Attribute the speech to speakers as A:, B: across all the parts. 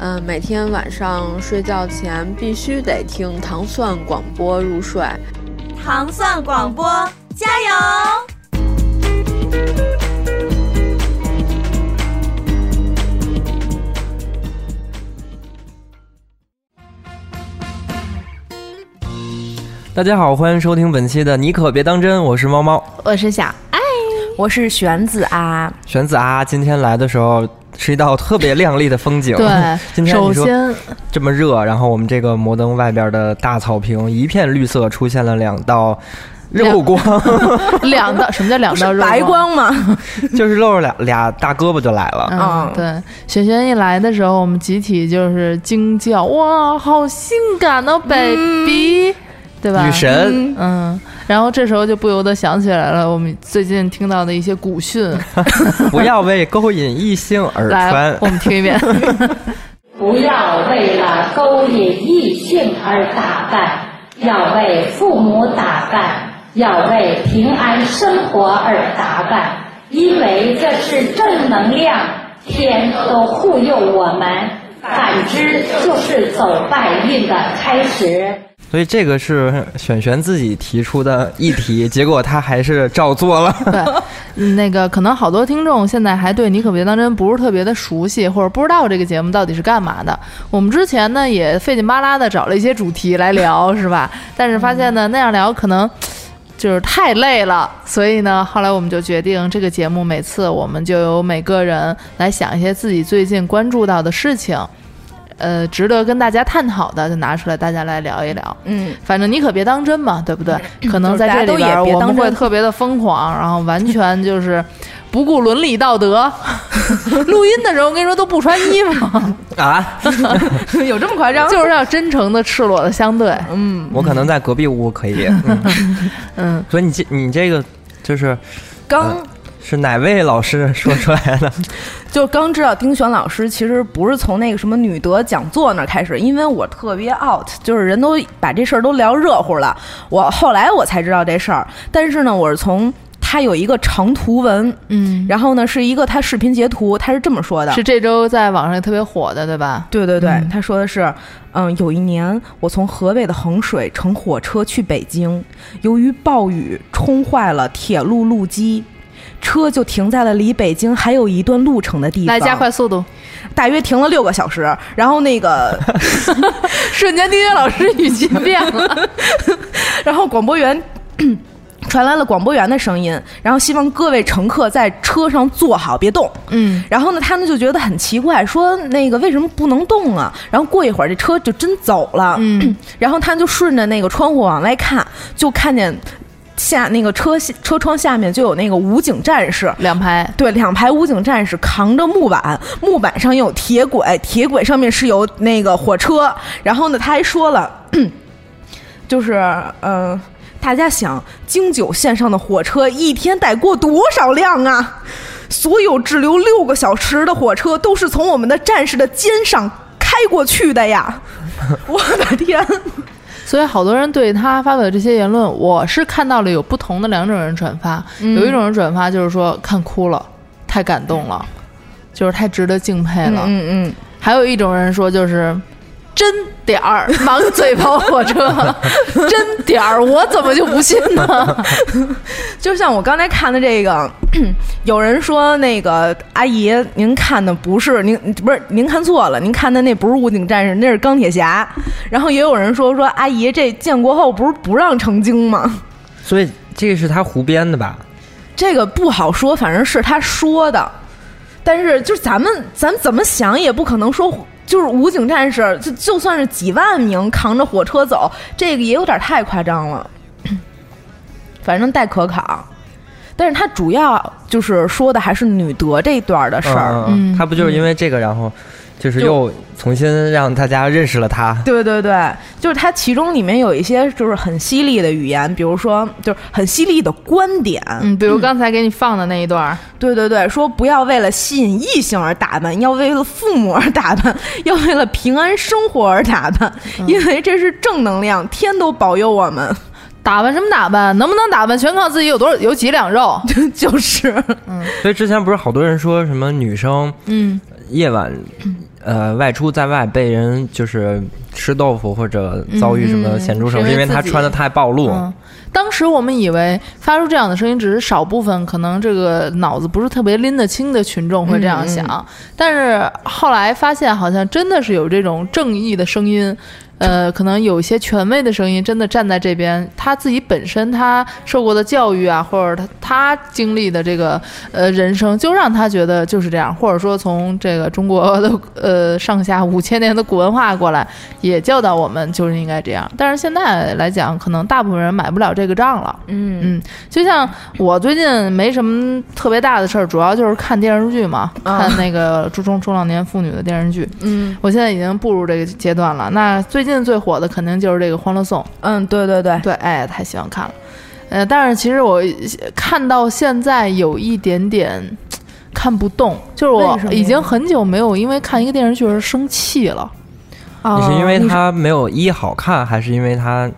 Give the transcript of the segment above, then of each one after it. A: 嗯，每天晚上睡觉前必须得听糖蒜广播入睡。
B: 糖蒜广播，加油！
C: 大家好，欢迎收听本期的《你可别当真》，我是猫猫，
D: 我呃是小爱，我是玄子啊。
C: 玄子啊，今天来的时候是一道特别亮丽的风景。
D: 对，
C: 今天
D: 首
C: 你说
D: 先
C: 这么热，然后我们这个摩登外边的大草坪一片绿色，出现了两道肉 光，
D: 两道什么叫两道肉？
E: 白光吗？
C: 就是露着俩俩大胳膊就来 了。
D: 嗯，对，雪轩一来的时候，我们集体就是惊叫，哇，好性感哦，baby，、对
E: 嗯
D: 吧？
C: 女神，
D: 嗯，然后这时候就不由得想起来了，我们最近听到的一些古训。
C: 不要为勾引异性而
D: 来
C: 穿，。
D: 我们听一遍。
F: 不要为了勾引异性而打扮，要为父母打扮，要为平安生活而打扮，因为这是正能量，天都护佑我们。感知就是走败运的开始。
C: 所以这个是选璇自己提出的议题，结果他还是照做 了。
D: 对，嗯那个可能好多听众现在还对你可别当真不是特别的熟悉，或者不知道这个节目到底是干嘛的。我们之前呢也费劲巴拉的找了一些主题来 聊，是吧？但是发现呢
E: 嗯
D: 那样聊可能。就是太累了，所以呢，后来我们就决定这个节目每次我们就由每个人来想一些自己最近关注到的事情，呃，值得跟大家探讨的，就拿出来大家来聊一聊。
E: 嗯，
D: 反正你可别当真嘛，对不对？可能在这里
E: 就是大家
D: 边
E: 都也别
D: 我
E: 当
D: 们
E: 真
D: 会特别的疯狂，然后完全就是不顾伦理道 德。 录音的时候，我跟你说都不穿衣服，
C: 啊，
E: 有这么夸张？
D: 就是要真诚的、赤裸的相对。
E: 嗯，
C: 我可能在隔壁屋可 以。嗯，哦
D: 嗯，
C: 所以你这你这个就是呃
E: 刚
C: 是哪位老师说出来的？
E: 就刚知道丁璇老师其实不是从那个什么女德讲座那儿开始，因为我特别 out，就是人都把这事儿都聊热乎了。我后来我才知道这事儿，但是呢，我是从他有一个长图文，
D: 嗯，
E: 然后呢是一个他视频截图，他是这么说的：
D: 是这周在网上特别火的，对吧？
E: 对对对，
D: 嗯
E: 他说的是，嗯，有一年我从河北的衡水乘火车去北京，由于暴雨冲坏了铁路路基，车就停在了离北京还有一段路程的地方，
D: 来加快速度，
E: 大约停了六个小时。然后那个，
D: 瞬间丁丁老师语气变了。
E: 然后广播员。 传来了广播员的声音，然后希望各位乘客在车上坐好，别动。
D: 嗯，
E: 然后呢，他们就觉得很奇怪，说那个为什么不能动啊？然后过一会儿这车就真走了，
D: 嗯，
E: 然后他就顺着那个窗户往外看，就看见下那个车下车窗下面就有那个武警战士。
D: 两排。
E: 对，两排武警战士扛着木板，木板上有铁轨，铁轨上面是有那个火车。然后呢，他还说了， 就是嗯、呃大家想，京九线上的火车一天得过多少辆啊？所有滞留六个小时的火车都是从我们的战士的肩上开过去的呀！ 我的天，
D: 所以好多人对他发表这些言论，我是看到了有不同的两种人转发，有一种人转发就是说看哭了，太感动了，就是太值得敬佩了；
E: 嗯嗯，
D: 还有一种人说就是。真点 儿，满嘴跑火车， 真点儿，我怎么就不信呢？
E: 就像我刚才看的这个， 有人说那个阿姨，您看的不是您不是您看错了，您看的那不是武警战士，那是钢铁侠。然后也有人说说阿姨，这建国后不是不让成精吗？
C: 所以这个是他胡编的吧？
E: 这个不好说，反正是他说的。但是就是咱们咱们怎么想也不可能说，就是武警战士就就算是几万名扛着火车走，这个也有点太夸张了。 反正带可考，但是他主要就是说的还是女德这一段的事儿。
C: 嗯嗯，他不就是因为这个，然后就是又重新让大家认识了 他。
E: 对对对，就是它其中里面有一些就是很犀利的语言，比如说就是很犀利的观点，
D: 嗯，比如刚才给你放的那一段，
E: 对对对，说不要为了吸引异性而打扮，要为了父母而打扮，要为了平安生活而打扮，因为这是正能量，天都保佑我们。
D: 打扮什么打扮，能不能打扮全靠自己有多少有几两 肉，
E: 就是，
C: 所以之前不是好多人说什么女生
D: 嗯，
C: 夜晚呃外出在外被人就是吃豆腐或者遭遇什么咸猪手，
D: 嗯嗯
C: 是因为
D: 是因为
C: 她
D: 自己
C: 穿的太暴露。
D: 嗯当时我们以为发出这样的声音只是少部分，可能这个脑子不是特别拎得清的群众会这样想，
E: 嗯嗯
D: 但是后来发现好像真的是有这种正义的声音。呃，可能有一些权威的声音真的站在这边，他自己本身他受过的教育啊，或者他他经历的这个呃人生，就让他觉得就是这样，或者说从这个中国的呃上下五千年的古文化过来，也教导我们就是应该这样。但是现在来讲，可能大部分人买不了这个账了。
E: 嗯
D: 嗯，就像我最近没什么特别大的事儿，主要就是看电视剧嘛，
E: 啊
D: 看那个中中中老年妇女的电视剧。
E: 嗯
D: 我现在已经步入这个阶段了。那最近最火的肯定就是这个《欢乐颂》。
E: 嗯，对对对，
D: 对，哎，太喜欢看了。呃，但是其实我看到现在有一点点嘖看不动，就是我
E: 为什么呀
D: 已经很久没有因为看一个电视剧而生气了。
E: 哦
C: 哦你是因为她没有一好看，还是因为她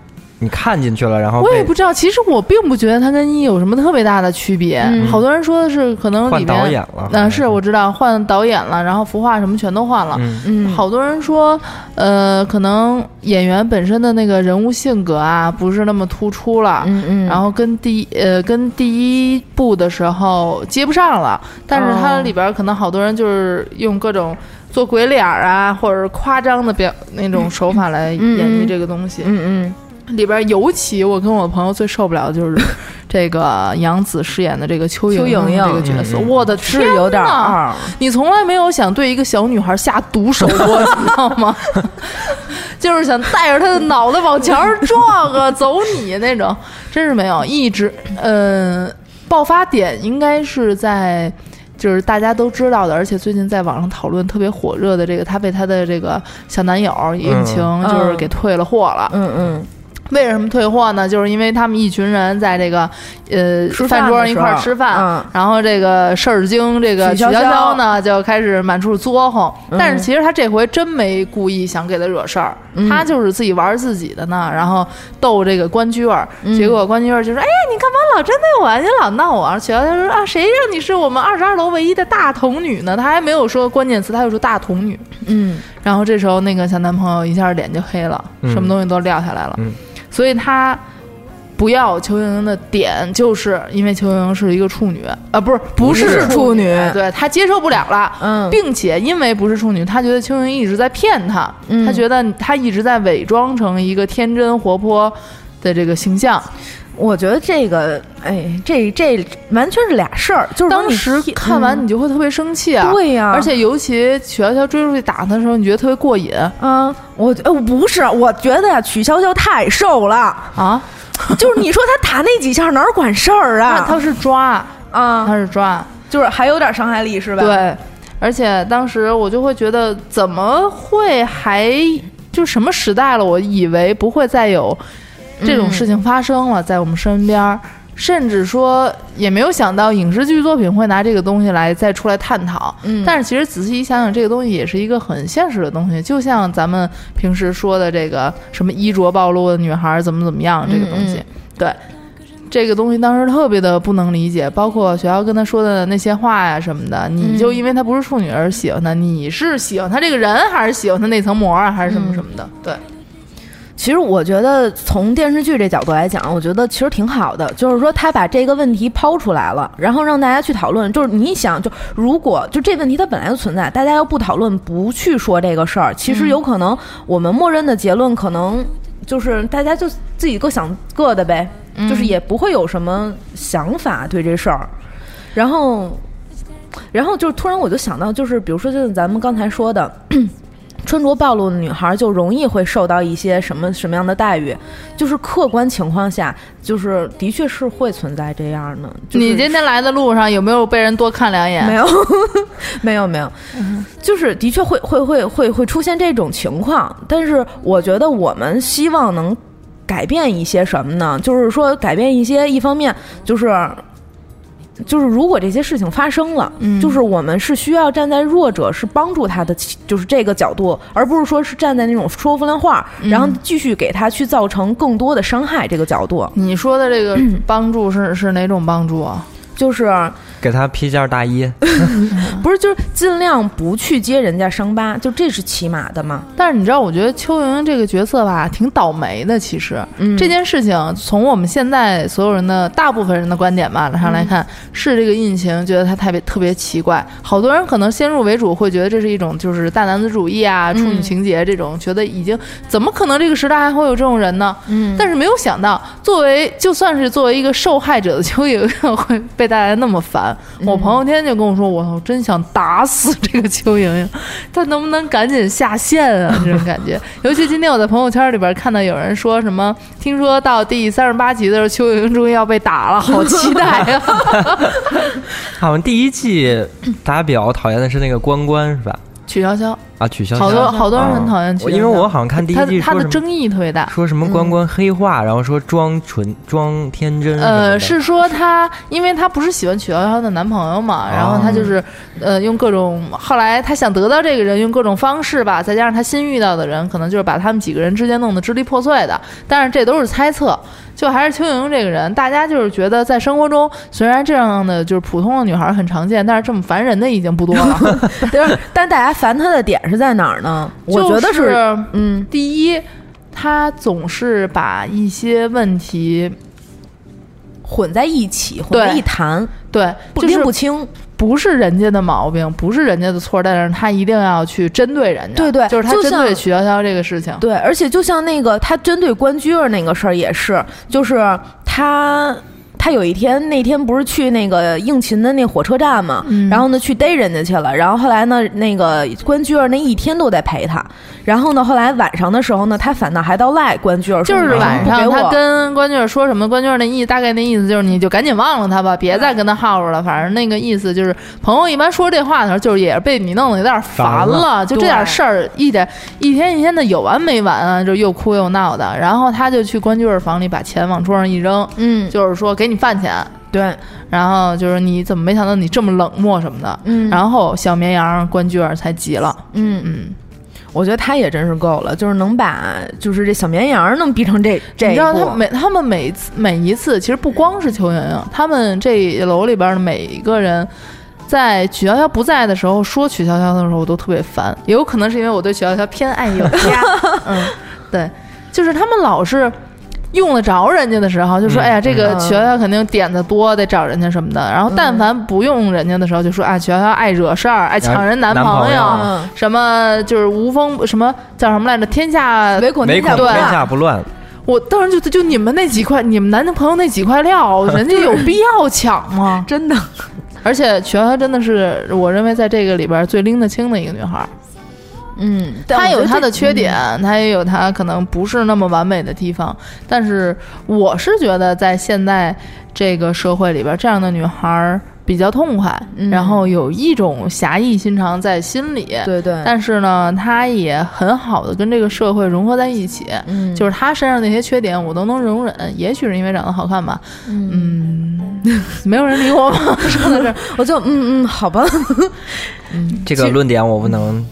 C: 你看进去了，然后
D: 我也
C: 哦被
D: 不知道，其实我并不觉得它跟一有什么特别大的区别。
C: 嗯
D: 好多人说的是可能里面
C: 换导演了
D: 嗯、是我知道换导演了，然后服化什么全都换了。
C: 嗯
E: 嗯
D: 好多人说，呃，可能演员本身的那个人物性格啊，不是那么突出了。
E: 嗯嗯
D: 然后跟第呃跟第一部的时候接不上了，但是它
E: 哦
D: 里边可能好多人就是用各种做鬼脸儿啊，或者是夸张的表那种手法来演
E: 嗯嗯
D: 绎
E: 嗯
D: 这个东西。
E: 嗯
D: 里边尤其我跟我朋友最受不了 的就是这个杨紫饰演的这个邱莹
E: 邱莹莹
D: 这个角色，
E: 嗯嗯
D: 我的天
E: 是有点
D: 呐
E: 二！
D: 你从来没有想对一个小女孩下毒手 过，你知道吗？ 就是想带着她的脑袋往墙上撞啊，走你那种，真是没有。一直，嗯，爆发点应该是在。就是大家都知道的，而且最近在网上讨论特别火热的这个，她被她的这个小男友应情
E: 嗯
D: 就是给退了货了，
E: 嗯嗯，
D: 为什么退货呢？就是因为他们一群人在这个呃
E: 吃饭
D: 饭
E: 的
D: 桌上一
E: 时
D: 块儿
E: 候
D: 吃饭，
E: 嗯
D: 然后这个事儿精这个
E: 许
D: 许
E: 潇
D: 潇
E: 潇
D: 潇呢就开始满处作哄，
E: 嗯
D: 但是其实他这回真没故意想给他惹事儿，
E: 嗯
D: 他就是自己玩自己的呢，然后逗这个关雎儿，
E: 嗯
D: 结果关雎儿就说：“哎呀，你干嘛老针对我？你老闹我。”许潇潇说：“啊，谁让你是我们二十二楼唯一的大童女呢？”他还没有说关键词，他就说大童女。
E: 嗯
D: 然后这时候那个小男朋友一下脸就黑了，
E: 嗯
D: 什么东西都撂下来了。
E: 嗯
D: 所以他不要邱莹莹的点，就是因为邱莹莹是一个处女啊，不是
E: 不是
D: 是
E: 处女
D: 对他接受不了了。
E: 嗯
D: 并且因为不是处女，他觉得邱莹莹一直在骗他，
E: 嗯
D: 他觉得他一直在伪装成一个天真活泼的这个形象。
E: 我觉得这个，哎，这这完全是俩事儿。就是嗯
D: 当时看完你就会特别生气啊，
E: 对呀
D: 而且尤其许潇潇追出去打他的时候，你觉得特别过瘾。
E: 嗯，我呃不是，我觉得呀，曲筱绡太瘦了
D: 啊，
E: 就是你说她打那几下哪儿管事儿啊？
D: 她是抓
E: 啊，她
D: 是抓，
E: 就是还有点伤害力是吧？
D: 对，而且当时我就会觉得，怎么会还就什么时代了？我以为不会再有这种事情发生了，在我们身边儿。甚至说也没有想到影视剧作品会拿这个东西来再出来探讨，
E: 嗯
D: 但是其实仔细一想想，这个东西也是一个很现实的东西，就像咱们平时说的这个什么衣着暴露的女孩儿怎么怎么样这个东西，
E: 嗯
D: 对，这个东西当时特别的不能理解，包括学校跟他说的那些话呀什么的，你就因为他不是处女而喜欢他，你是喜欢他这个人，还是喜欢他那层膜啊，还是什么什么的？
E: 嗯
D: 对，
E: 其实我觉得从电视剧这角度来讲，我觉得其实挺好的，就是说他把这个问题抛出来了，然后让大家去讨论。就是你想，就如果就这问题它本来就存在，大家要不讨论、不去说这个事儿，其实有可能我们默认的结论可能就是大家就自己各想各的呗，就是也不会有什么想法对这事儿。然后，然后就是突然我就想到，就是比如说，就像咱们刚才说的。 穿着暴露的女孩就容易会受到一些什么什么样的待遇，就是客观情况下，就是的确是会存在这样的。就是、
D: 你今天来的路上有没有被人多看两眼？
E: 没有， 嗯没有，没有，就是的确会会会会会出现这种情况，但是我觉得我们希望能改变一些什么呢？就是说改变一些，一方面就是。就是如果这些事情发生了，就是我们是需要站在弱者是帮助他的，就是这个角度，而不是说是站在那种说风凉话，
D: 嗯
E: 然后继续给他去造成更多的伤害这个角度。
D: 你说的这个帮助是是哪种帮助啊？
E: 就是
C: 给他披件大衣，
E: 不是就是尽量不去揭人家伤疤，就这是起码的嘛。
D: 但是你知道，我觉得邱莹莹这个角色吧，挺倒霉的。其实、这件事情，从我们现在所有人的大部分人的观点吧上来看，是这个印情觉得她特别特别奇怪。好多人可能先入为主，会觉得这是一种就是大男子主义啊、处女情节这种，觉得已经怎么可能这个时代还会有这种人呢？
E: 嗯
D: 但是没有想到，作为就算是作为一个受害者的邱莹莹会被大家那么烦。我朋友天天就跟我说，我操真想打死这个邱莹莹，她能不能赶紧下线啊？这种感 觉。尤其今天我在朋友圈里边看到有人说什么，听说到第三十八集的时候，邱莹莹终于要被打了，好期待 啊呀、
C: 好像第一季打表讨厌的是那个关关是吧？
D: 曲筱绡，
C: 啊，取消哦
D: 好多好多人很讨厌曲筱绡，
C: 因为我好像看第一季
D: 她她
C: 说
D: 的
C: 什么
D: 争议特别大，
C: 说什么关关黑化，然后说装纯装天真什么的，
D: 呃，是说她，因为她不是喜欢曲筱绡的男朋友嘛，然后她就是，呃，用各种后来她想得到这个人，用各种方式吧，再加上她新遇到的人，可能就是把他们几个人之间弄得支离破碎的。但是这都是猜测，就还是邱莹莹这个人，大家就是觉得在生活中，虽然这样的就是普通的女孩很常见，但是这么烦人的已经不多了。
E: 就是，但大家烦他的点是在哪儿呢？我觉得，
D: 就是嗯，第一，她总是把一些问题
E: 混在一起，混为一谈，
D: 对，
E: 不
D: 就是
E: 拎不清。
D: 不是人家的毛病，不是人家的错，但是他一定要去针对人家。
E: 对对
D: 就是他
E: 就
D: 针对
E: 像
D: 曲筱绡这个事情。
E: 对，而且就像那个他针对关雎儿那个事儿也是，就是他。他有一天，那天不是去那个应勤的那火车站嘛，
D: 嗯
E: 然后呢去逮人家去了，然后后来呢，那个关雎儿那一天都在陪他，然后呢，后来晚上的时候呢，他反倒还到赖关雎儿说
D: 就
E: 你为什
D: 是
E: 么
D: 晚
E: 不给
D: 上
E: 我，
D: 他跟关雎儿说什么，关雎儿那意大概那意思就是你就赶紧忘了他吧，别再跟他耗着了。反正那个意思就是，朋友一般说这话的时候，就是也是被你弄得有点烦
E: 烦
D: 了，
E: 了
D: 就这点事儿一点一天一天的有完没完啊，就又哭又闹的。然后他就去关雎儿房里把钱往桌上一扔，
E: 嗯，
D: 就是说给你饭钱。
E: 对，
D: 然后就是你怎么没想到你这么冷漠什么的，
E: 嗯
D: 然后小绵羊关雎儿才急了，
E: 嗯嗯，我觉得他也真是够了，就是能把就是这小绵羊能逼成这这
D: 你
E: 一
D: 知道他
E: 步
D: 每他们每次每一次，其实不光是邱莹莹，他们这一楼里边的每一个人，在曲筱绡不在的时候说曲筱绡的时候，我都特别烦。也有可能是因为我对曲筱绡偏爱有 加，嗯，对，就是他们老是。用得着人家的时候，就说：“
E: 嗯
D: 哎呀，这个
E: 嗯
D: 曲筱绡肯定点子多，得找人家什么的。”然后，但凡不用人家的时候，就说：“啊，曲筱绡爱惹事儿，爱抢人男
C: 哎男朋
D: 友
C: 友，
D: 什么就是无风什么叫什么来着？天下
E: 啊
D: 唯恐
C: 唯恐
D: 对
C: 天下不乱。
D: 我当时就就你们那几块，你们男朋友那几 块料，人家有必要抢吗？
E: 真的。
D: 而且曲筱绡真的是我认为在这个里边最拎得清的一个女孩儿。
E: 嗯，但
D: 她
E: 我觉
D: 有
E: 得
D: 她
E: 这嗯
D: 的缺点，她也有她可能不是那么完美的地方。但是我是觉得在现在这个社会里边，这样的女孩儿比较痛快，
E: 嗯
D: 然后有一种侠义心肠在心里。
E: 对对
D: 但是呢，她也很好的跟这个社会融合在一起。
E: 嗯
D: 就是她身上那些缺点我都能容忍，也许是因为长得好看吧。嗯， 没有人理我吗？说的是，
E: 我就嗯嗯，好 吧，
C: 这个论点我不能，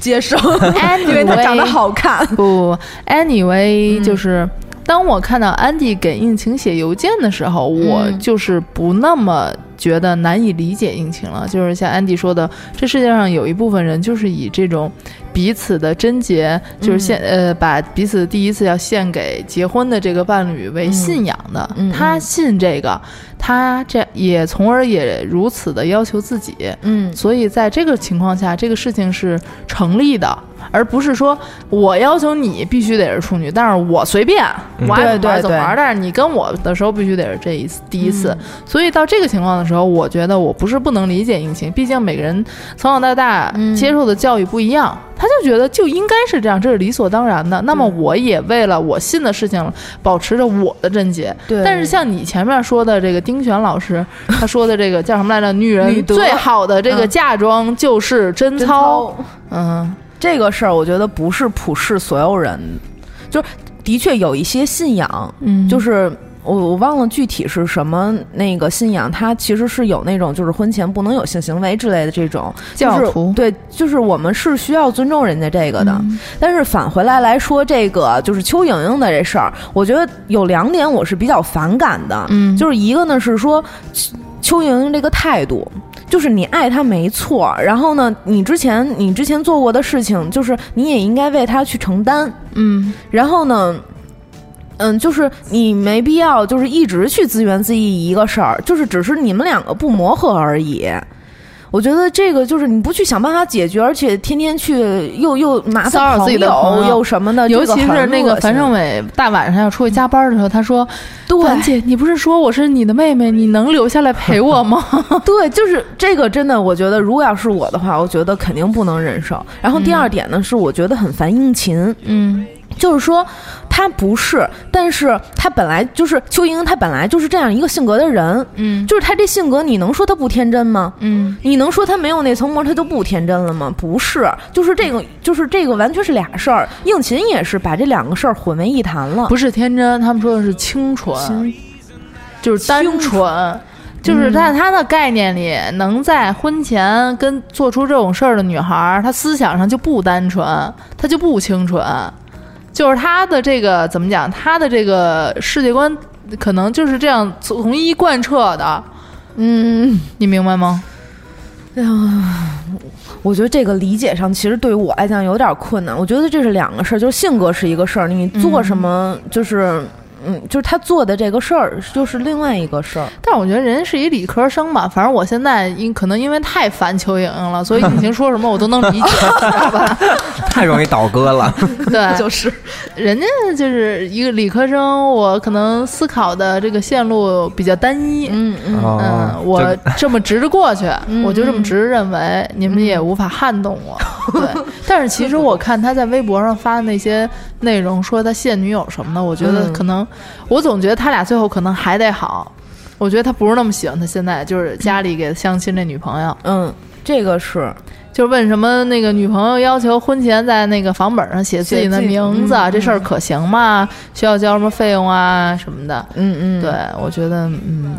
E: 接受
D: Anyway，
E: 因 为他长得好看。
D: 不，anyway，、就是
E: 嗯
D: 当我看到安迪给应勤写邮件的时候，我
E: 嗯
D: 就是不那么觉得难以理解应勤了。就是像安迪说的，这世界上有一部分人就是以这种彼此的贞洁，就是献、
E: 嗯
D: 呃把彼此第一次要献给结婚的这个伴侣
E: 嗯
D: 为信仰的，他信这个。他这也，从而也如此的要求自己，
E: 嗯，
D: 所以在这个情况下，这个事情是成立的，而不是说我要求你必须得是处女，但是我随便，
E: 嗯
D: 我爱怎么
E: 对
D: 玩
E: 对
D: 怎么玩，
E: 对
D: 但是你跟我的时候必须得是这一次第一次。
E: 嗯
D: 所以到这个情况的的时候，我觉得我不是不能理解疫情，毕竟每个人从小到大
E: 嗯
D: 接受的教育不一样，他就觉得就应该是这样，这是理所当然
E: 嗯
D: 的。那么我也为了我信的事情，保持着我的贞洁。
E: 对
D: 但是像你前面说的这个丁选老 师，他说的这个叫什么来着？女
E: 女
D: 人
E: 德嗯
D: 最好的这个嫁妆就是贞
E: 贞
D: 操。
E: 操
D: 嗯，
E: 这个事儿我觉得不是普世所有人，就是的确有一些信仰，
D: 嗯
E: 就是。我我忘了具体是什么那个信仰，它其实是有那种就是婚前不能有性行为之类的这种
D: 教
E: 就是
D: 徒
E: 对，就是我们是需要尊重人家这个的。但是返回来来说，这个就是邱莹莹的这事儿，我觉得有两点我是比较反感的，
D: 嗯
E: 就是一个呢是说邱邱莹莹这个态度。就是你爱她没错，然后呢，你之前你之前做过的事情，就是你也应该为她去承担，
D: 嗯，
E: 然后呢，嗯，就是你没必要就是一直去自怨自艾一个事儿，就是只是你们两个不磨合而已。我觉得这个就是你不去想办法解决，而且天天去又又麻烦
D: 骚扰自己的
E: 朋
D: 朋友
E: 友又什么的，
D: 尤其是那呃个啊樊胜
E: 伟，
D: 伟大晚上要出去加班的时候，他说：“樊姐，你不是说我是你的妹妹，你能留下来陪我吗？”
E: 对，就是这个真的，我觉得如果要是我的话，我觉得肯定不能忍受。然后第二点呢，是我觉得很烦应勤，
D: 嗯。
E: 就是说，他不是，但是他本来就是邱莹，她本来就是这样一个性格的人，
D: 嗯，
E: 就是她这性格，你能说她不天真吗？
D: 嗯，
E: 你能说她没有那层膜，她就不天真了吗？不是，就是这个，就是这个，完全是俩事儿。应勤也是把这两个事儿混为一谈了，
D: 不是天真，他们说的是哦清纯，就是单纯。就是在他的概念里，能在婚前跟做出这种事儿的女孩儿，她思想上就不单纯，她就不清纯，就是她的这个怎么讲，她的这个世界观可能就是这样从一贯彻的。
E: 嗯，
D: 你明白吗？
E: 哎呀，我觉得这个理解上其实对于我来讲有点困难。我觉得这是两个事儿，就是性格是一个事儿，你做什么就是。嗯就是他做的这个事儿，就是另外一个事儿。
D: 但我觉得人家是一理科生吧，反正我现在因可能因为太烦邱莹莹了，所以你情说什么我都能理解， 知道吧？
C: 太容易倒戈了。
D: 对，就是人家就是一个理科生，我可能思考的这个线路比较单一， 嗯
C: 嗯哦
D: 我
C: 就
D: 这么直着过去，我就这么直着认为，你们也无法撼动 我。对，但是其实我看他在微博上发的那些内容，说他现女友什么的，我觉得
E: 嗯
D: 可能，我总觉得他俩最后可能还得好。我觉得他不是那么喜欢他现在，就是家里给他相亲这女朋友，
E: 嗯，这个是，
D: 就是问什么那个女朋友要求婚前在那个房本上写自己的名字啊，这事儿可行吗？需要交什么费用啊什么的？
E: 嗯嗯，
D: 对我觉得嗯，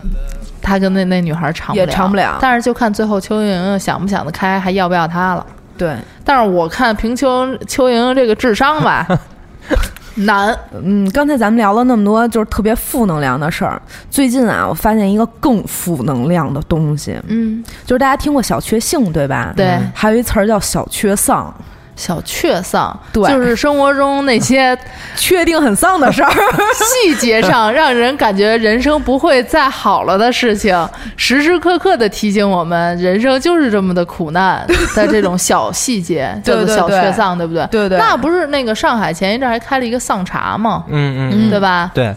D: 他跟那那女孩长
E: 也长不了
D: 但是就看最后邱莹莹想不想得开，还要不要他了。
E: 对，
D: 但是我看凭邱邱莹莹这个智商 吧，难。
E: 嗯，刚才咱们聊了那么多，就是特别负能量的事儿。最近啊，我发现一个更负能量的东西，
D: 嗯，
E: 就是大家听过小确幸对吧？
D: 对
E: 嗯还有一词儿叫小确丧。
D: 小确丧，
E: 对，
D: 就是生活中那些
E: 确定很丧的事儿，
D: 细节上让人感觉人生不会再好了的事情，时时刻刻的提醒我们，人生就是这么的苦难的这种小细节，叫
E: 对对
D: 做小
E: 对
D: 确丧，对不对？
E: 对对
D: 那不是那个上海前一阵还开了一个丧茶吗？
C: 嗯
D: 嗯对吧
C: 对，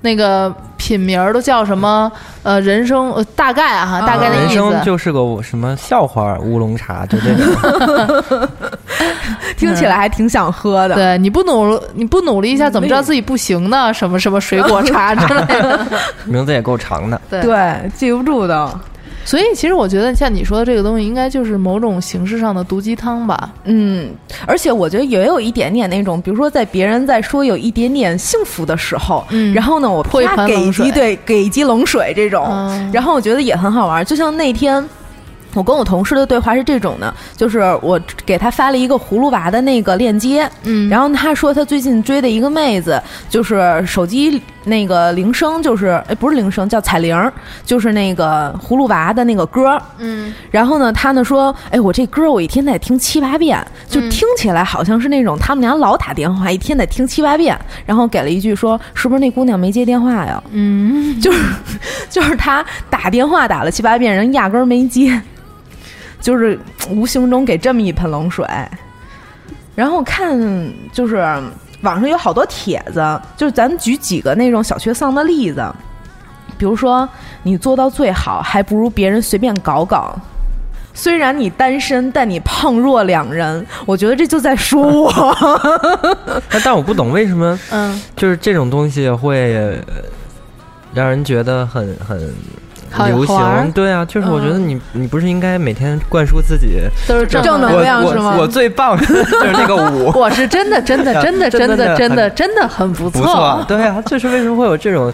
D: 那个品名儿都叫什么？呃，人生呃大概啊，大概的意
C: 人
D: 思。
C: 生就是个什么笑话乌龙茶，就这种。
E: 听起来还挺想喝的。
D: 对你不努你不努力一下，怎么知道自己不行呢？什么什么水果茶之类的。
C: 名字也够长的。
D: 对
E: 对，记不住的。
D: 所以其实我觉得像你说的这个东西，应该就是某种形式上的毒鸡汤吧。
E: 嗯，而且我觉得也有一点点那种，比如说在别人在说有一点点幸福的时候，
D: 嗯
E: 然后呢，我
D: 泼一
E: 啪
D: 盆
E: 给
D: 冷
E: 一
D: 水嗯
E: 滴对，给一滴冷水这种，然后我觉得也很好玩。就像那天。我跟我同事的对话是这种的，就是我给他发了一个葫芦娃的那个链接，
D: 嗯，
E: 然后他说他最近追的一个妹子，就是手机那个铃声，就是哎不是铃声，叫彩铃儿，就是那个葫芦娃的那个歌，
D: 嗯，
E: 然后呢，他呢说，哎，我这歌我一天得听七八遍，就听起来好像是那种他们俩老打电话，一天得听七八遍。然后给了一句说，是不是那姑娘没接电话呀？
D: 嗯，
E: 就是就是他打电话打了七八遍，人压根儿没接，就是无形中给这么一盆冷水。然后看就是网上有好多帖子，就是咱们举几个那种小确丧的例子。比如说你做到最好，还不如别人随便搞搞。虽然你单身，但你胖若两人，我觉得这就在说我。
C: 但但我不懂为什么，
E: 嗯，
C: 就是这种东西会呃让人觉得很很。
E: 好
C: 流
E: 好玩儿
C: 行对啊，就是我觉得
E: 嗯
C: 你、你不是应该每天灌输自己
D: 都是正 正能
C: 我
D: 量
C: 我
D: 是吗
C: 我最棒， 就是那个舞，
D: 我是真的真的真的真的真的真的很 不
C: 不
D: 错
C: 错，，对啊，就是为什么会有这种，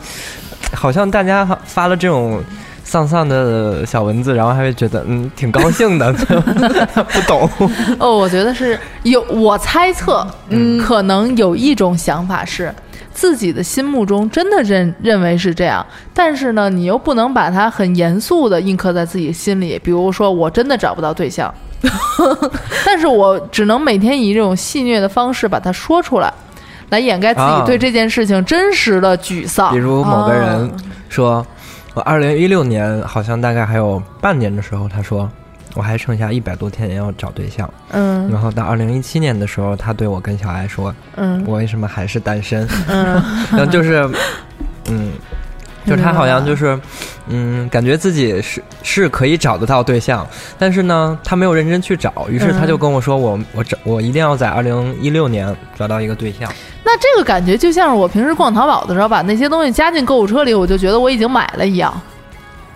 C: 好像大家发了这种丧丧的小文字，然后还会觉得嗯挺高兴的， 不懂，
D: 哦，我觉得是有，我猜测，嗯，可能有一种想法是。自己的心目中真的认认为是这样，但是呢，你又不能把它很严肃的印刻在自己心里。比如说，我真的找不到对象， 但是我只能每天以这种戏谑的方式把它说出来，来掩盖自
C: 啊
D: 己对这件事情真实的沮丧。
C: 比如某个人
D: 啊
C: 说，我二零一六年好像大概还有半年的时候，他说我还剩下一百多天要找对象，
D: 嗯
C: 然后到二零一七年的时候，他对我跟小艾说，
D: 嗯
C: 我为什么还是单身？
D: 嗯
C: 然后就是，嗯。就是他好像就是，
D: 啊
C: 嗯，感觉自己是是可以找得到对象，但是呢，他没有认真去找，于是他就
D: 嗯
C: 跟我说我，我找我一定要在二零一六年找到一个对象。
D: 那这个感觉就像是我平时逛淘宝的时候，把那些东西加进购物车里，我就觉得我已经买了一样。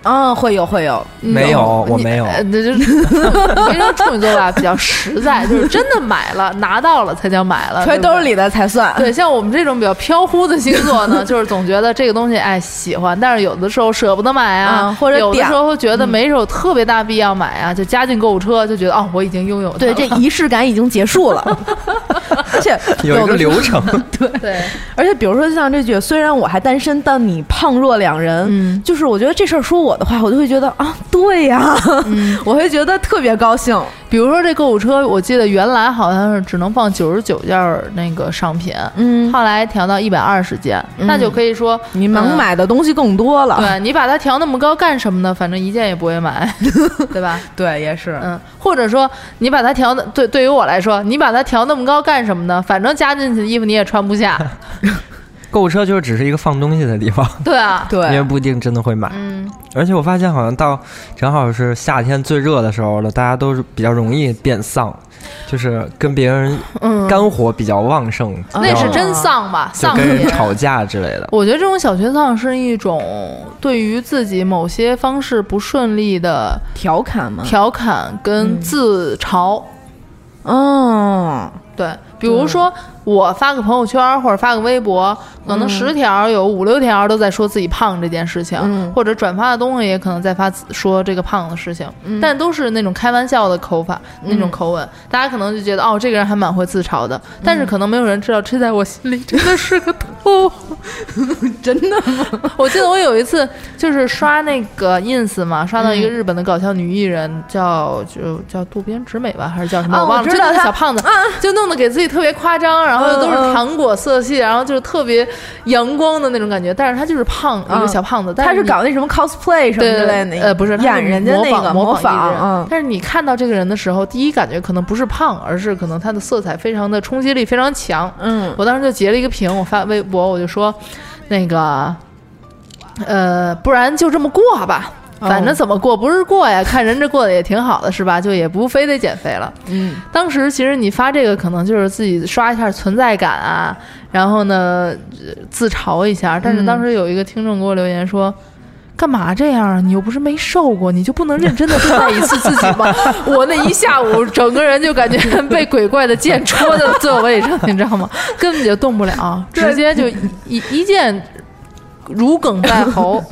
E: 嗯，会有会有，
C: 没有，我没有。
D: 呃，这就是因为处女座吧，比较实在，就是真的买了、拿到了才叫买了，
E: 揣
D: 对吧
E: 兜里的才算。
D: 对，像我们这种比较飘忽的星座呢，就是总觉得这个东西哎喜欢，但是有的时候舍不得买啊，
E: 嗯或者
D: 有的
E: 点
D: 时候觉得没有特别大必要买啊，就加进购物车，就觉得哦我已经拥有它
E: 对，
D: 了
E: 这仪式感已经结束了，而且
C: 有一个
E: 的时候
C: 流程。
D: 对对，
E: 而且比如说像这句，虽然我还单身，但你胖若两人，嗯
D: 嗯
E: 就是我觉得这事儿说我的话，我就会觉得啊，对呀、 我会觉得特别高兴。
D: 嗯比如说这购物车，我记得原来好像是只能放九十九件儿那个商品，
E: 嗯，
D: 后来调到一百二十件，
E: 嗯
D: 那就可以说
E: 你能
D: 嗯
E: 买的东西更多了，
D: 对你把它调那么高干什么呢？反正一件也不会买， 对吧？
E: 对，也是，
D: 嗯，或者说你把它调的，对，对于我来说，你把它调那么高干什么呢？反正加进去的衣服你也穿不下，
C: 购物车就是只是一个放东西的地方，
D: 对啊，
C: 因为不一定真的会买。
D: 嗯，
C: 而且我发现好像到正好是夏天最热的时候了，大家都是比较容易变丧，就是跟别人
D: 嗯
C: 肝火比较旺盛，
D: 那
C: 然后
D: 是真丧吧？
C: 就
D: 丧
C: 跟人
D: 也
C: 吵架之类的。
D: 我觉得这种小缺丧是一种对于自己某些方式不顺利的
E: 调侃嘛，
D: 调侃跟自嘲。
E: 嗯，
D: 对，比如说我发个朋友圈或者发个微博，可
E: 嗯
D: 能十条有五六条都在说自己胖这件事情，
E: 嗯
D: 或者转发的东西也可能在发自说这个胖的事情，
E: 嗯
D: 但都是那种开玩笑的口法、那种
E: 嗯
D: 口吻，大家可能就觉得哦，这个人还蛮会自嘲的，但是可能没有人知道，这在我心里真的是个痛。
E: 真的吗？
D: 我记得我有一次就是刷那个 ins 嘛，刷到一个
E: 嗯
D: 日本的搞笑女艺人，叫就叫渡边直美吧，还是叫什么？
E: 啊
D: 我忘了，
E: 我
D: 就
E: 知道
D: 那个
E: 她
D: 小胖子，就弄得给自己特别夸张，然后
E: 嗯
D: 都是
E: 啊嗯
D: 糖果色系，然后就是特别阳光的那种感觉，但是她就是胖，一个
E: 嗯
D: 小胖子，但
E: 他
D: 是
E: 是
D: 你
E: 搞那什么 cosplay 什么
D: 对
E: 之类的那，
D: 呃，不是她
E: 演人家
D: 模
E: 那
D: 仿
E: 个
D: 模
E: 仿
D: 艺，人
E: 嗯，
D: 但是你看到这个人的时候，第一感觉可能不是胖，而是可能他的色彩非常的冲击力非常强。
E: 嗯，
D: 我当时就截了一个屏，我发微博，我就说，那个，呃，不然就这么过吧。
E: 哦
D: 反正怎么过不是过呀，看人这过得也挺好的，是吧？就也不非得减肥了。
E: 嗯，
D: 当时其实你发这个可能就是自己刷一下存在感啊，然后呢呃自嘲一下。但是当时有一个听众给我留言说。干嘛这样啊？你又不是没瘦过，你就不能认真的对待一次自己吗？我那一下午，整个人就感觉被鬼怪的剑戳在座位上，你知道吗？根本就动不了，直接就一一剑如鲠在喉。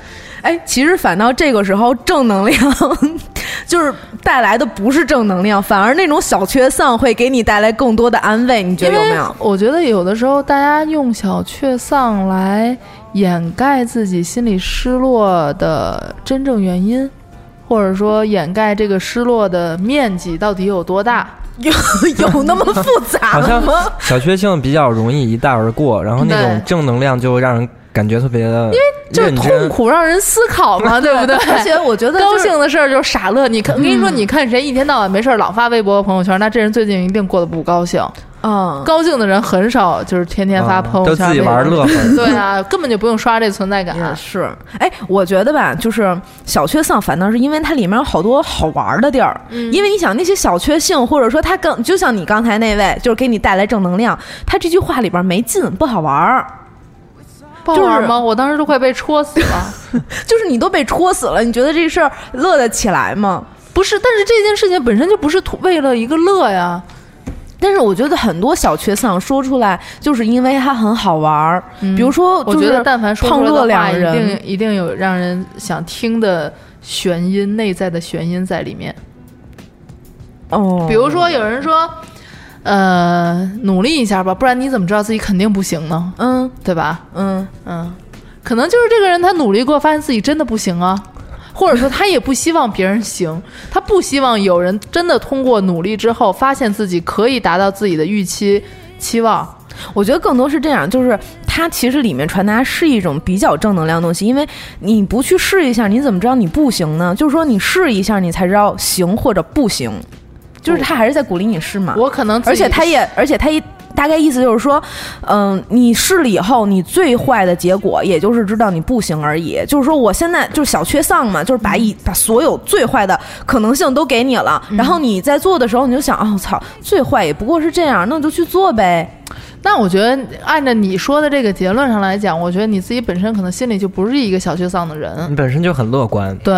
E: 哎，其实反倒这个时候正能量 就是带来的不是正能量，反而那种小缺丧会给你带来更多的安慰，你觉得有没有？？
D: 我觉得有的时候大家用小确丧来掩盖自己心里失落的真正原因，或者说掩盖这个失落的面积到底有多大。
E: 有有那么复
C: 好
E: 杂
C: 像
E: 吗？
C: 小确幸比较容易一带而过，然后那
D: 对
C: 种正能量就让人感觉特别 的，因
D: 为就是痛苦让人思 考嘛，对不对？
E: 而且我觉得
D: 高兴的事儿就是傻乐。你看，我跟你说，你看谁一天到晚没事儿老发微博和朋友圈，那这人最近一定过得不高兴。
E: 嗯，
D: 高兴的人很少，就是天天发朋友圈，
C: 啊
E: 啊
C: 都自己玩乐呵。
D: 对啊，根本就不用刷这存在感。啊
E: 也是，哎，我觉得吧，就是小确丧，反倒是因为它里面有好多好玩的地儿。嗯，因为你想那些小确幸，或者说它更，就像你刚才那位，就是给你带来正能量，他这句话里边没劲，不好玩儿。
D: 不好玩吗？就是、我当时都快被戳死了。
E: 就是你都被戳死了，你觉得这事儿乐得起来吗？
D: 不是，但是这件事情本身就不是为了一个乐呀。
E: 但是我觉得很多小确丧说出来，就是因为它很好玩儿。嗯、比如说，
D: 我觉得但凡说出来
E: 的话，
D: 一定一定有让人想听的弦音，内在的弦音在里面。
E: 哦，
D: 比如说有人说，呃，努力一下吧，不然你怎么知道自己肯定不行呢？
E: 嗯，
D: 对吧？
E: 嗯
D: 嗯，可能就是这个人他努力过，发现自己真的不行啊。或者说他也不希望别人行，他不希望有人真的通过努力之后，发现自己可以达到自己的预期期望。
E: 我觉得更多是这样，就是它其实里面传达是一种比较正能量的东西，因为你不去试一下，你怎么知道你不行呢？就是说你试一下，你才知道行或者不行。就是他还是在鼓励你试嘛。
D: 我可能，
E: 啊而且他也，而且他也。大概意思就是说，嗯、呃，你试了以后，你最坏的结果也就是知道你不行而已。就是说，我现在就是小缺丧嘛，就是把一把所有最坏的可能性都给你了，然后你在做的时候，你就想，哦，操，最坏也不过是这样，那就去做呗。
D: 那我觉得，按照你说的这个结论上来讲，我觉得你自己本身可能心里就不是一个小确丧的人，
C: 你嗯本身就很乐观。
D: 对，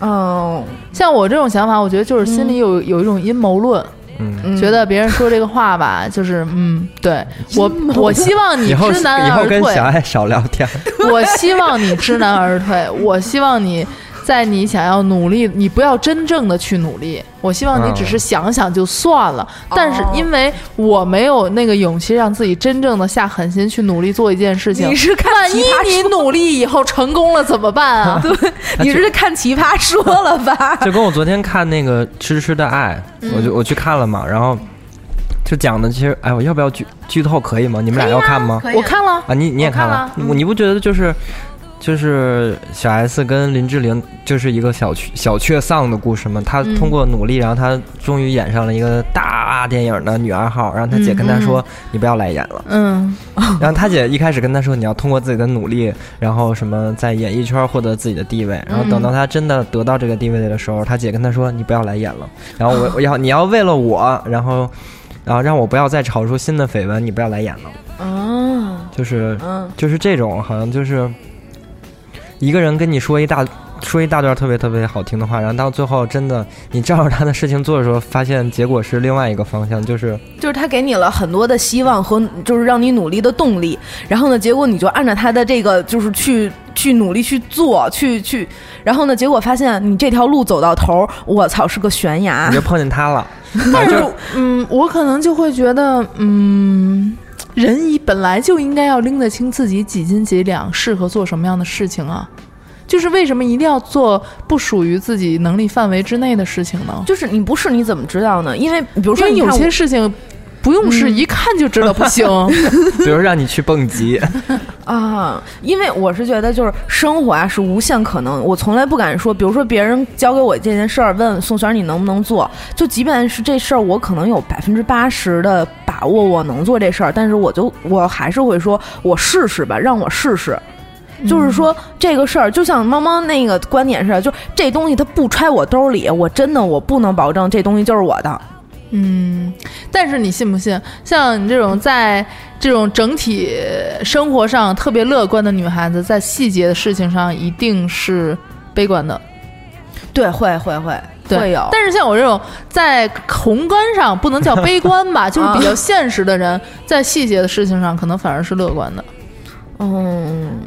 E: 嗯，
D: 像我这种想法，我觉得就是心里有、嗯、有一种阴谋论。
C: 嗯，
D: 觉得别人说这个话吧，就是嗯，对我，我希望你知难
C: 而退。以后跟小爱少聊天。
D: 我希望你知难而退，我希望你在你想要努力，你不要真正的去努力。我希望你只是想想就算了。
E: 嗯
D: 哦、但是因为我没有那个勇气让自己真正的下狠心去努力做一件事情。
E: 你是看
D: 万一你努力以后成功了怎么办啊？
E: 对，你是看《奇葩说》了 吧？
C: 就跟我昨天看那个《痴痴的爱》，我就我去看了嘛，然后就讲的其实，哎，我要不要剧剧透可以吗？你们俩要看吗？
D: 我看了
C: 啊，你你也看
D: 了，
C: 看了你不觉得就是？就是小 S 跟林志玲就是一个小确小确丧的故事嘛，她通过努力，然后她终于演上了一个大电影的女二号。然后她姐跟她说：“
D: 嗯
C: 嗯你不要来演了。”
D: 嗯，
C: 然后她姐一开始跟她说：“你要通过自己的努力，然后什么在演艺圈获得自己的地位。”然后等到她真的得到这个地位的时候，她姐跟她说：“你不要来演了。”然后我我要你要为了我，然后然后让我不要再炒出新的绯闻，你不要来演了。
E: 哦，
C: 就是就是这种，好像就是。一个人跟你说一大说一大段特别特别好听的话，然后到最后真的你照着他的事情做的时候，发现结果是另外一个方向，就是
E: 就是他给你了很多的希望和就是让你努力的动力，然后呢，结果你就按照他的这个就是去去努力去做，去去，然后呢，结果发现你这条路走到头，我操是个悬崖，
C: 你就碰见他了。
D: 但是嗯，我可能就会觉得嗯。人一本来就应该要拎得清自己几斤几两，适合做什么样的事情啊？就是为什么一定要做不属于自己能力范围之内的事情呢？
E: 就是你不是你怎么知道呢？因为比如说
D: 有些事情不用试，一看就知道不行。
C: 比如让你去蹦极
E: 啊，因为我是觉得就是生活啊是无限可能，我从来不敢说，比如说别人交给我这件事儿，问宋璇你能不能做，就即便是这事儿我可能有百分之八十的。把握我能做这事儿，但是我就我还是会说，我试试吧，让我试试。嗯、就是说这个事儿，就像猫猫那个观点是，就这东西它不揣我兜里，我真的我不能保证这东西就是我的。
D: 嗯，但是你信不信？像你这种在这种整体生活上特别乐观的女孩子，在细节的事情上一定是悲观的。
E: 对，会会会。会有，
D: 但是像我这种在宏观上不能叫悲观 吧，就是比较现实的人，在细节的事情上可能反而是乐观的。
E: 嗯，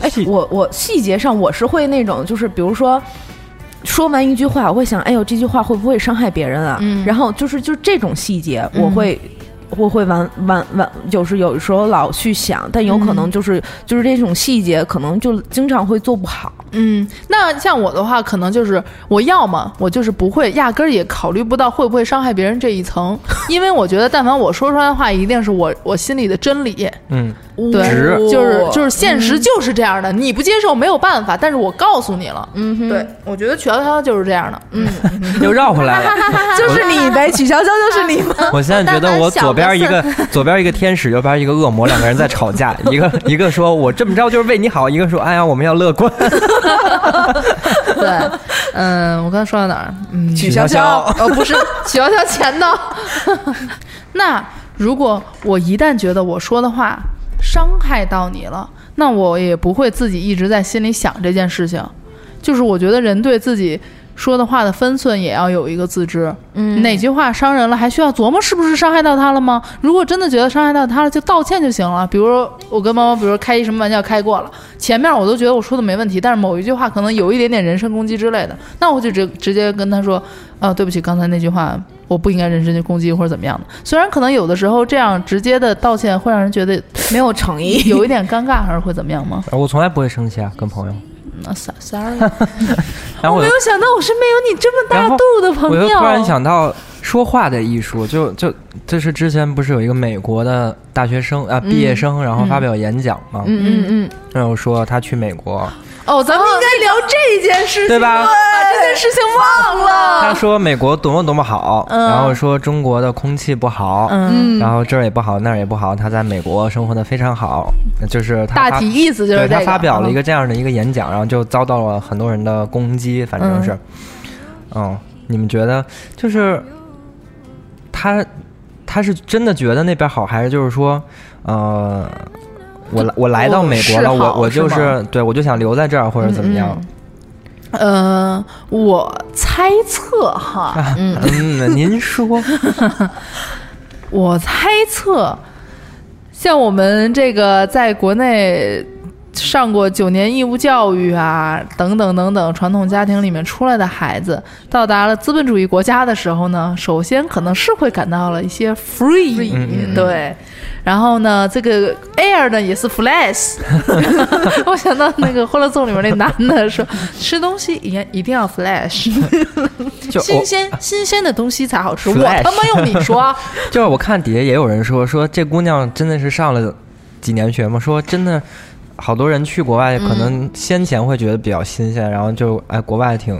E: 哎，我我细节上我是会那种，就是比如说说完一句话，我会想，哎呦，这句话会不会伤害别人啊？
D: 嗯、
E: 然后就是就这种细节，我会、嗯、我会完完完，有时有时候老去想，但有可能就是、嗯、就是这种细节，可能就经常会做不好。
D: 嗯，那像我的话，可能就是我要么我就是不会，压根儿也考虑不到会不会伤害 别人这一层，因为我觉得，但凡我说出来的话，一定是我我心里的真理。
C: 嗯，
D: 对
C: 直，
D: 就是就是现实就是这样的，你不接受没有办法，但是我告诉你了，嗯，对，我觉得取消它就是这样的，嗯，。
C: 又绕回来了
D: 就是 你呗，取消它就是
E: 啊
D: 你 嘛。
C: 我现在觉得我左边一个 左边一个天使，右边一个恶魔，两个人在吵架，一个一个说我这么着就是为你好，一个说哎呀我们要乐观。
D: 对，嗯，我刚才说到哪儿？嗯，
C: 取消消
D: 哦，不是取消消钱呢。 那如果我一旦觉得我说的话伤害到你了，那我也不会自己一直在心里想这件事情。就是我觉得人对自己说的话的分寸也要有一个自知。嗯，哪句话伤人了，还需要琢磨是不是伤害到他了吗？如果真的觉得伤害到他了，就道歉就行了。比如说我跟猫猫，比如说开一什么玩笑开过了，前面我都觉得我说的没问题，但是某一句话可能有一点点人身攻击之类的，那我就直直接跟他说，啊，对不起，刚才那句话我不应该人身去攻击或者怎么样的。虽然可能有的时候这样直接的道歉会让人觉得
E: 没有
C: 哎
E: 诚意
D: 有一点尴尬，还是会怎么样吗？
C: 呃我从来不会生气啊，跟朋友。
D: 那 s sorry，
C: 然后
D: 我
C: 我
D: 没
C: 又
D: 有想到我身边有你这么大
C: 然后
D: 度的朋
C: 我
D: 友。
C: 又突然想到说话的艺术，就就就是之前不是有一个美国的大学生啊、
D: 嗯
C: 毕业生，然后发表演讲嘛，
D: 嗯嗯嗯，
C: 然后说他去美国，
D: 哦，咱们应该聊这件事情，
C: 对吧
D: 把这件事情忘
C: 他嗯
D: 了。
C: 说美国多么多么好，
D: 嗯
C: 然后说中国的空气不好，
D: 嗯
C: 然后这儿也不好，那儿也不好，他在美国生活的非常好，就是他发
D: 大体意思就是
C: 对
D: 这
C: 他
D: 个
C: 发表了一
D: 嗯
C: 个这样的一个演讲，然后就遭到了很多人的攻击，反正是，嗯，你们觉得就是他他是真的觉得那边好，还是就是说，呃，我来我来到美国了，
D: 哦是好
C: 我我就是
D: 吗
C: 对我就想留在这儿或者怎么样？
D: 呃，我猜测 哈，嗯，
C: 嗯，您 说，
D: 我猜测，像我们这个在国内上过九年义务教育啊，等等等等传统家庭里面出来的孩子，到达了资本主义国家的时候呢，首先可能是会感到了一些 free，,
C: 嗯嗯嗯
D: 对。然后呢，这个 air 呢也 是 flash，我想到那个《欢乐颂》里面那男的说，吃东西也一定要 flash，
C: 就我
D: 新鲜新鲜的东西才好吃。我
C: Flash
D: 他妈用你说啊，
C: 就是我看底下也有人说，说这姑娘真的是上了几年学嘛，说真的，好多人去国外可
D: 嗯
C: 能先前会觉得比较新鲜，然后就哎国外挺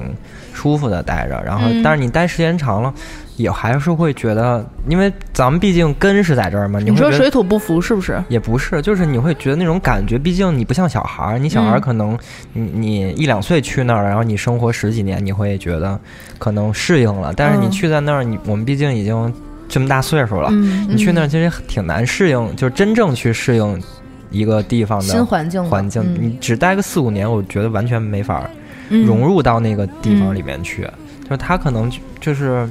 C: 舒服的待着，然后
D: 嗯
C: 但是你待时间长了，也还是会觉得，因为咱们毕竟根是在这儿嘛，
D: 你
C: 会觉
D: 说
C: 得
D: 水土不服是不是？
C: 也不是，就是你会觉得那种感觉，毕竟你不像小孩儿，你小孩儿
D: 嗯
C: 可能你、你一两岁去那儿，然后你生活十几年，你会觉得可能适应了。但是你
D: 嗯
C: 去在那儿，你我们毕竟已经这么大岁数了，
D: 嗯
C: 你去
D: 嗯
C: 那儿其实挺难适应，就是真正去适应一个地方的
D: 新环境了
C: 环境，
D: 嗯
C: 你只待个四五年，我觉得完全没法儿
D: 嗯
C: 融入到那个地方里面去。就是他可能就就是。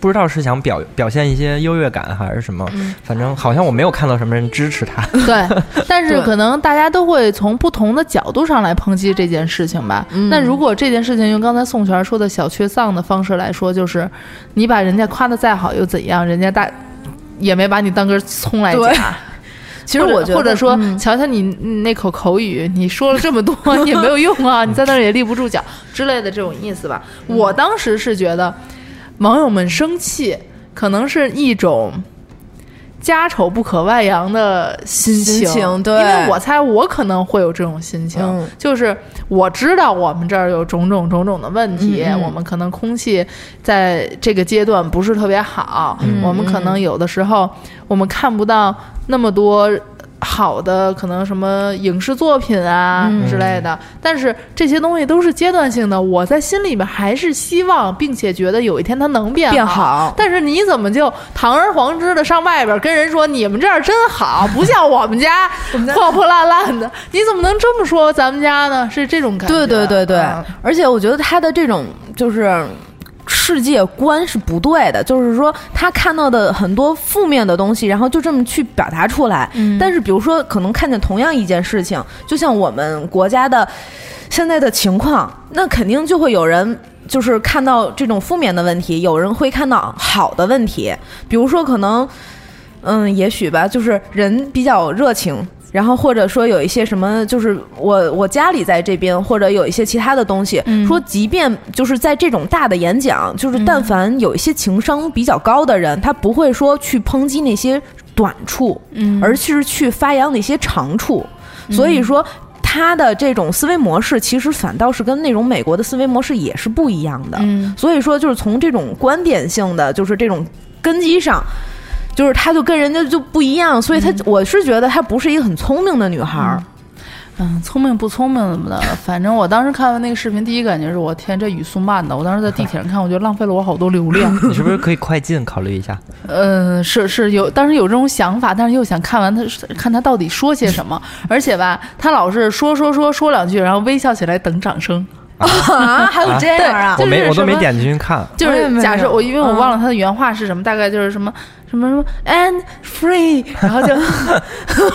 C: 不知道是想表表现一些优越感还是什么，
D: 嗯
C: 反正好像我没有看到什么人支持 他。
D: 对，但是可能大家都会从不同的角度上来抨击这件事情吧。那如果这件事情用刚才宋璇说的小确丧的方式来说，就是你把人家夸的再好又怎样？人家大也没把你当根葱来
E: 对
D: 夹。其实
E: 或者
D: 我觉得，
E: 或者说嗯
D: 瞧瞧你你那口口语，你说了这么多 也没有用
E: 嗯
D: 啊，你在那儿也立不住脚之类的这种意思吧。我当时是觉得，网友们生气可能是一种家丑不可外扬的心
E: 心情对
D: 因为我猜我可能会有这种心情，
E: 嗯
D: 就是我知道我们这儿有种种种种的问题，
E: 嗯嗯
D: 我们可能空气在这个阶段不是特别好，
E: 嗯
D: 我们可能有的时候我们看不到那么多。好的，可能什么影视作品啊
E: 嗯
D: 之类的，但是这些东西都是阶段性的。我在心里面还是希望，并且觉得有一天它能变
E: 变好
D: 但是你怎么就堂而皇之的上外边跟人说你们这儿真好，不像我 们家破破烂烂的？你怎么能这么说咱们家呢？是这种感觉。
E: 对对对对
D: 啊，
E: 而且我觉得他的这种就是。世界观是不对的，就是说他看到的很多负面的东西，然后就这么去表达出来。
D: 嗯
E: 但是比如说，可能看见同样一件事情，就像我们国家的现在的情况，那肯定就会有人就是看到这种负面的问题，有人会看到好的问题，比如说可能嗯，也许吧，就是人比较热情，然后或者说有一些什么，就是我我家里在这边，或者有一些其他的东西，说即便就是在这种大的演讲，就是但凡有一些情商比较高的人，他不会说去抨击那些短处，
D: 嗯
E: 而是去发扬那些长处。所以说，他的这种思维模式其实反倒是跟那种美国的思维模式也是不一样的。
D: 嗯
E: 所以说，就是从这种观点性的，就是这种根基上。就是他就跟人家就不一样，所以他、我是觉得她不是一个很聪明的女孩儿，
D: 嗯，聪明不聪明怎么的？反正我当时看完那个视频，第一感觉是我天，这语速慢的。我当时在地铁上看，我觉得浪费了我好多流 量。
C: 你是不是可以快进考虑一下？
D: 嗯，是是有，当时有这种想法，但是又想看完他看他到底说些什么，而且吧，他老是说说说说两句，然后微笑起来等掌声。
E: 啊，还
D: 嗯
C: 有这
E: 样啊
C: 我没我都没点进去看，
D: 就是假设我，因为我
E: 嗯
D: 忘了他的原话是什么，大概就是什么什么什么 and free，然后就，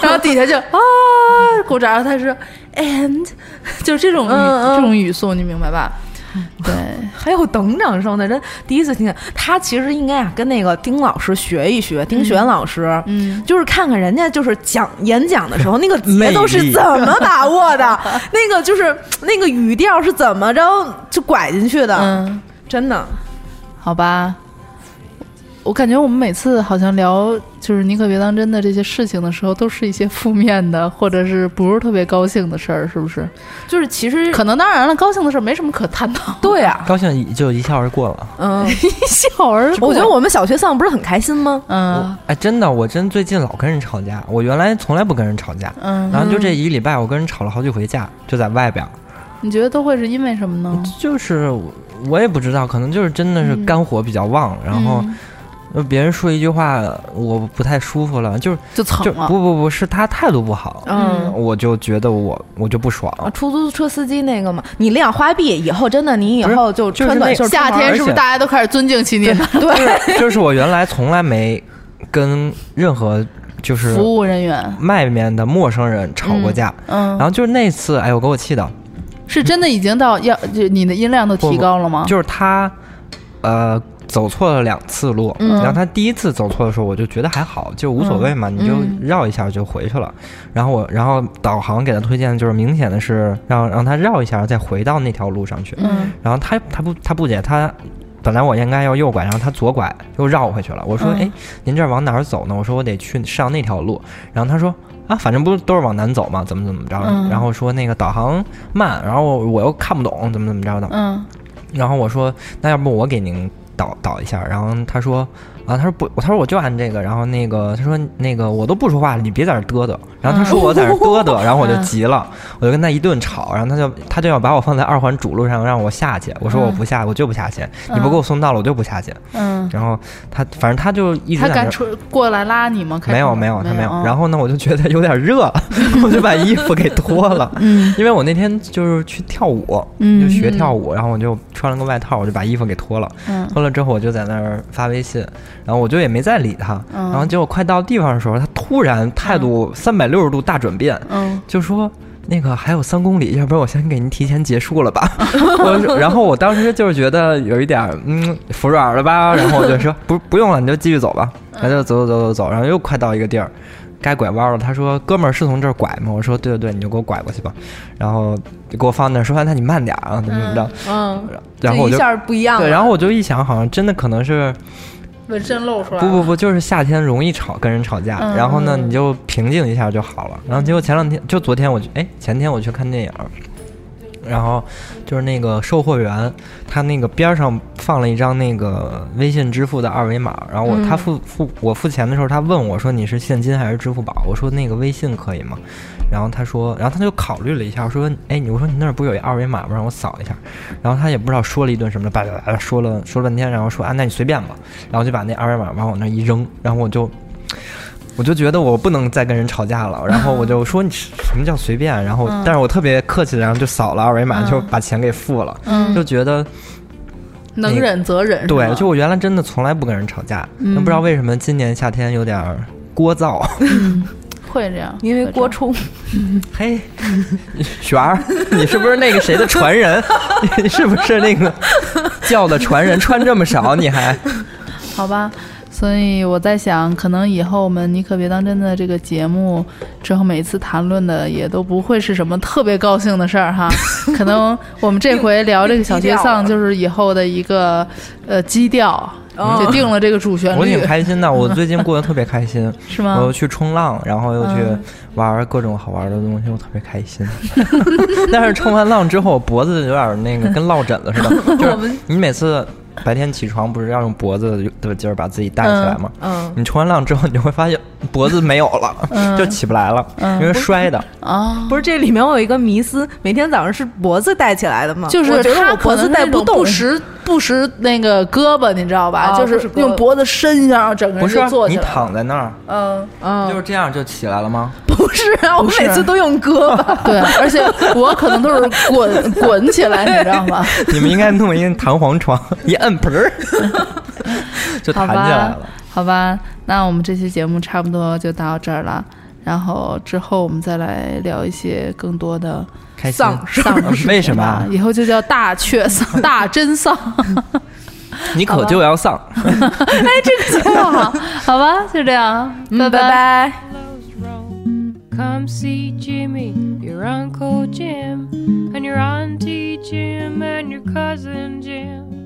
D: 然后底下就啊鼓掌，然后他说 and，就是 这种语
E: 嗯嗯嗯
D: 这种语速，你明白吧？对，
E: 还有等掌声的，真第一次听见。他其实应该啊，跟那个丁老师学一学，丁璇老师，嗯，就是看看人家就是讲演讲 的时候那个节奏
D: 魅
E: 是
D: 力
E: 怎么把握的， 那个就是那个语调是怎么着就拐进去的，
D: 嗯，
E: 真的。
D: 好吧。我感觉我们每次好像聊就是你可别当真的这些事情的时候，都是一些负面的，或者是不是特别高兴的事儿，是不是？
E: 就是其实
D: 可能当然了，高兴的事儿没什么可探讨。
E: 对 啊，
C: 高兴就一笑而过了。
E: 嗯，
D: 一 笑而
E: 我觉得我们小学丧不是很开心吗？
D: 嗯，
C: 哎，真的，我真最近老跟人吵架。我原来从来不跟人吵架，
D: 嗯
C: 然后就这一礼拜，我跟人吵了好几回架，就在外边儿。
D: 你觉得都会是因为什么呢？
C: 就是我我也不知道，可能就是真的是肝火比较旺，然后
D: 嗯
C: 呃别人说一句话，我不太舒服了，就是
D: 就蹭
C: 就
D: 了
C: 不不不是他态度不好，
E: 嗯
C: 我就觉得我我就不爽。
D: 哦
E: 啊，出租车司机那个嘛，你领养花臂以后，真的你以后就
C: 就是
E: 穿短
C: 那
E: 袖出门。
D: 夏天是不
C: 而且
D: 是大家都开始尊敬起你了？
C: 对，就是我原来从来没跟任何 就是
D: 服务人员
C: 外面的陌生人吵过架，
D: 嗯嗯
C: 然后就是那次，哎呦，给我气的，
D: 是真的已经到要就你的音量都
C: 不
D: 提高了吗？
C: 就是他，呃，走错了两次路，
D: 嗯
C: 然后他第一次走错的时候，我就觉得还好，就无所谓嘛，
D: 嗯
C: 你就
D: 嗯
C: 绕一下就回去了。然后我，然后导航给他推荐的就是明显的是让让他绕一下再回到那条路上去，
D: 嗯
C: 然后他他不他不解他。本来我应该要右拐，然后他左拐又绕回去了。我说：“
D: 嗯
C: 哎、您这儿往哪儿走呢？”我说：“我得去上那条路。”然后他说：“啊，反正不是都是往南走嘛，怎么怎么着。
D: 嗯
C: 然后说那个导航慢，然后我我又看不懂，怎么怎么着的。
D: 嗯
C: 然后我说，那要不我给您导导一下？然后他说，啊，他说不，他说我就按这个。然后那个他说那个我都不说话了，你别在这儿嘚嘚。然后他 说我在这儿嘚嘚，然后我就急了，我就跟他一顿吵，然后他就他就要把我放在二环主路上让我下去，我说我不下，我就不下去，你不给我送到了我就不下去。
D: 嗯，
C: 然后他反正他就一直
D: 他
C: 在那
D: 敢
C: 儿
D: 出过来拉你吗？开
C: 没有
D: 车
C: 没有，他没有。
D: 哦
C: 然后呢，我就觉得有点热， 我就把衣服给脱了。 因为我那天就是去跳舞，
D: 嗯
C: 就学跳舞，然后我就穿了个外套，我就把衣服给脱了。
D: 嗯
C: 脱了之后，我就在那儿发微信，然后我就也没再理他。
D: 嗯
C: 然后结果快到地方的时候，他突然态度三百六十度大转变，
D: 嗯
C: 就说。那个还有三公里，要不然我先给您提前结束了 吧。我说然后我当时就是觉得有一点儿嗯服软了吧，然后我 就说不不用了，你就继续走吧。
E: 嗯
C: 他就走走走走走，然后又快到一个地儿，该拐弯了。他说：“哥们儿是从这儿拐吗？”我说：“对对对，你就给我拐过去吧。”然后就给我放那儿，说：“那你慢点儿啊，怎么怎么着。
E: 嗯，
C: 然后我
E: 就
C: 就
E: 一下不一样了。
C: 对，然后我就一想，好像真的可能是
D: 纹身露出来
C: 不不
D: 不，
C: 不，就是夏天容易吵，跟人吵架。
D: 嗯
C: 然后呢，你就平静一下就好了。然后结果前两天，就昨天我去，哎，前天我去看电影儿，然后就是那个售货员，他那个边儿上放了一张那个微信支付的二维码。然后我、
D: 嗯
C: 他付付我付钱的时候，他问我说你是现金还是支付宝？我说那个微信可以吗？然后他说，然后他就考虑了一下，说，哎，你我说你那儿不是有一二维码吗？让我扫一下。然后他也不知道说了一顿什么的，叭叭叭叭说了说了半天，然后说啊，那你随便吧。然后就把那二维码往我那儿一扔，然后我就。我就觉得我不能再跟人吵架了，然后我就说你是什么叫随便，然后
D: 嗯
C: 但是我特别客气，然后就扫了二维码，
D: 嗯
C: 就把钱给付了，
D: 嗯
C: 就觉得
D: 能忍则忍。是
C: 对
D: 吧，
C: 就我原来真的从来不跟人吵架，
D: 嗯
C: 不知道为什么今年夏天有点儿聒噪，
D: 会这样，
E: 因为郭冲，
C: 嘿， 璇儿，你是不是那个谁的传人？ 你是不是那个叫的传人？穿这么少，你还
D: 好吧。所以我在想，可能以后我们你可别当真的这个节目之后，每一次谈论的也都不会是什么特别高兴的事 儿哈。可能我们这回聊这个小学丧，就是以后的一个呃基调，
E: 哦
D: 就定了这个主旋律。
C: 我挺开心的，我最近过得特别开心，
D: 是吗
C: 我又去冲浪，然后又去
D: 嗯
C: 玩各种好玩的东西，我特别开心。 但是冲完浪之后，脖子有点那个跟落枕了似 的，就
D: 我
C: 是
D: 们
C: 你每次白天起床不是要用脖子的劲儿把自己带起来吗？
D: 嗯嗯
C: 你冲完浪之后，你就会发现脖子没有了，
E: 嗯
C: 就起不来了，
E: 嗯
C: 因为摔的。
E: 啊， 不是这里面我有一个迷思，每天早上是脖子带起来的吗？
D: 就是
E: 我觉得
D: 他
E: 我
D: 可
E: 脖子
D: 能
E: 带
D: 那种
E: 动，
D: 不识不识那个胳膊，你知道吧？
E: 哦
D: 就
E: 不是胳膊啊
D: 用脖子伸一下，然后整个
C: 不
D: 人
C: 是啊
D: 就坐起
C: 你
D: 来了。
C: 躺在那儿，
E: 嗯嗯，
C: 就是这样就起来了吗？
E: 不是啊，我
D: 不是
E: 每次都用胳膊，
D: 对，而且我可能都是滚滚起来，你知道吗？
C: 你们应该弄一个弹簧床， 一摁盆儿就弹
D: 好
C: 起来
D: 吧
C: 了。，
D: 好吧，那我们这期节目差不多就到这儿了。然后之后我们再来聊一些更多的
C: 开心
D: 丧事儿
C: 丧事 为什么啊
D: 是吧以后就叫大 雀丧、大真丧。
C: 你可就要丧。
D: 哎，这个节目好，好吧，就这样，
E: 嗯
D: 拜拜拜。
G: Come see Jimmy, your Uncle Jim, and your Auntie Jim, and your cousin Jim.